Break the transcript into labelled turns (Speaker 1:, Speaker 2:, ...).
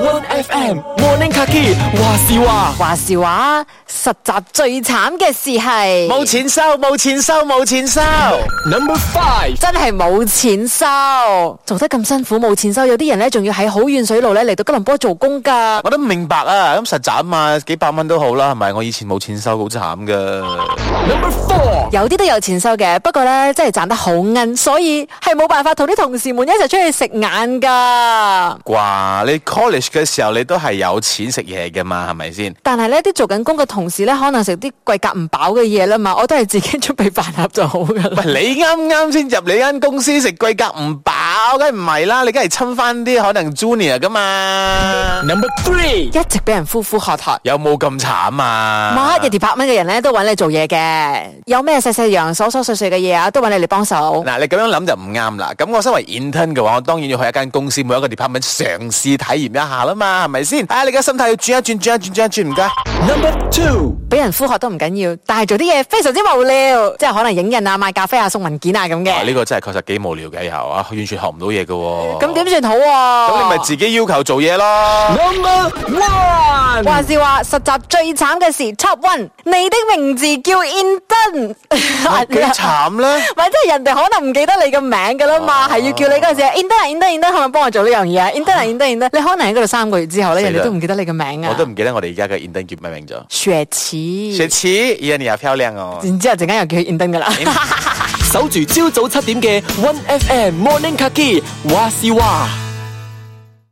Speaker 1: FM Morning Kaki，話事話
Speaker 2: 話時話，實習最慘嘅事係
Speaker 3: 冇錢收，冇錢收，冇錢收。
Speaker 1: Number Five，
Speaker 2: 真係冇錢收，做得咁辛苦冇錢收，有啲人咧仲要喺好遠水路咧嚟到吉隆坡做工㗎。
Speaker 3: 我都唔明白啊，咁實習啊嘛，幾百蚊都好啦，係咪？我以前冇錢收，好慘噶。
Speaker 2: 有啲都有錢收嘅，不過咧真係賺得好奀，所以係冇辦法同啲同事們一齊出去食晏㗎。
Speaker 3: 啩，你 college 嘅時候你都係有錢食嘢嘅嘛，係咪 先？
Speaker 2: 但係呢啲做緊工嘅同事咧，可能食啲貴格唔飽嘅嘢啦嘛，我都係自己準備飯盒就好㗎啦。
Speaker 3: 喂，你啱啱先入你間公司食貴格唔飽，梗係唔係啦？你梗係親翻啲可能 junior 噶嘛？
Speaker 1: Number Three，
Speaker 2: 一直俾人呼呼喝喝。
Speaker 3: 有冇咁慘啊？
Speaker 2: 乜一二百蚊嘅人咧都揾你做嘢嘅，有咩細細樣、瑣瑣碎碎嘅嘢啊，都揾你嚟幫手。
Speaker 3: 嗱，你咁樣諗就唔啱啦。咁我身為 intern 嘅話，我當然要去一間公司每一個 department 嘗試體驗一下啦嘛，係咪先？啊，你嘅心態要轉一轉，轉一轉，轉一轉，唔該。
Speaker 1: Number Two，
Speaker 2: 俾人呼喝都唔緊要，但係做啲嘢非常之無聊，即係可能影印啊、買咖啡啊、送文件啊咁
Speaker 3: 啊，呢
Speaker 2: 嘅。
Speaker 3: 個真係確實幾無聊嘅，以後啊，完全學唔到嘢嘅喎。
Speaker 2: 咁點算好喎？
Speaker 3: 咁你咪自己要求做嘢 咯。
Speaker 1: Number One，
Speaker 2: 話是話，實習最慘嘅事 Top One，你的名字叫 Intern，
Speaker 3: 啊幾慘啊咧！
Speaker 2: 咪即係人哋可能唔記得你嘅名㗎啦嘛，係要叫你嗰陣時 Intern 啊 Intern Intern，可唔可以幫我做呢樣嘢啊？Intern Intern Intern，你可能喺嗰度三個月之後咧，
Speaker 3: 嗯死
Speaker 2: 人
Speaker 3: 啦
Speaker 2: 哋都唔記得你嘅名啊。
Speaker 3: 我都唔記得我哋而家嘅 intern 叫咩名咗。
Speaker 2: 雪池，
Speaker 3: 雪池，咦，你又漂亮哦。
Speaker 2: 然之後陣間又叫佢 Intern 㗎啦。
Speaker 1: 守住朝早七點嘅 One FM Morning Kaki，話事話。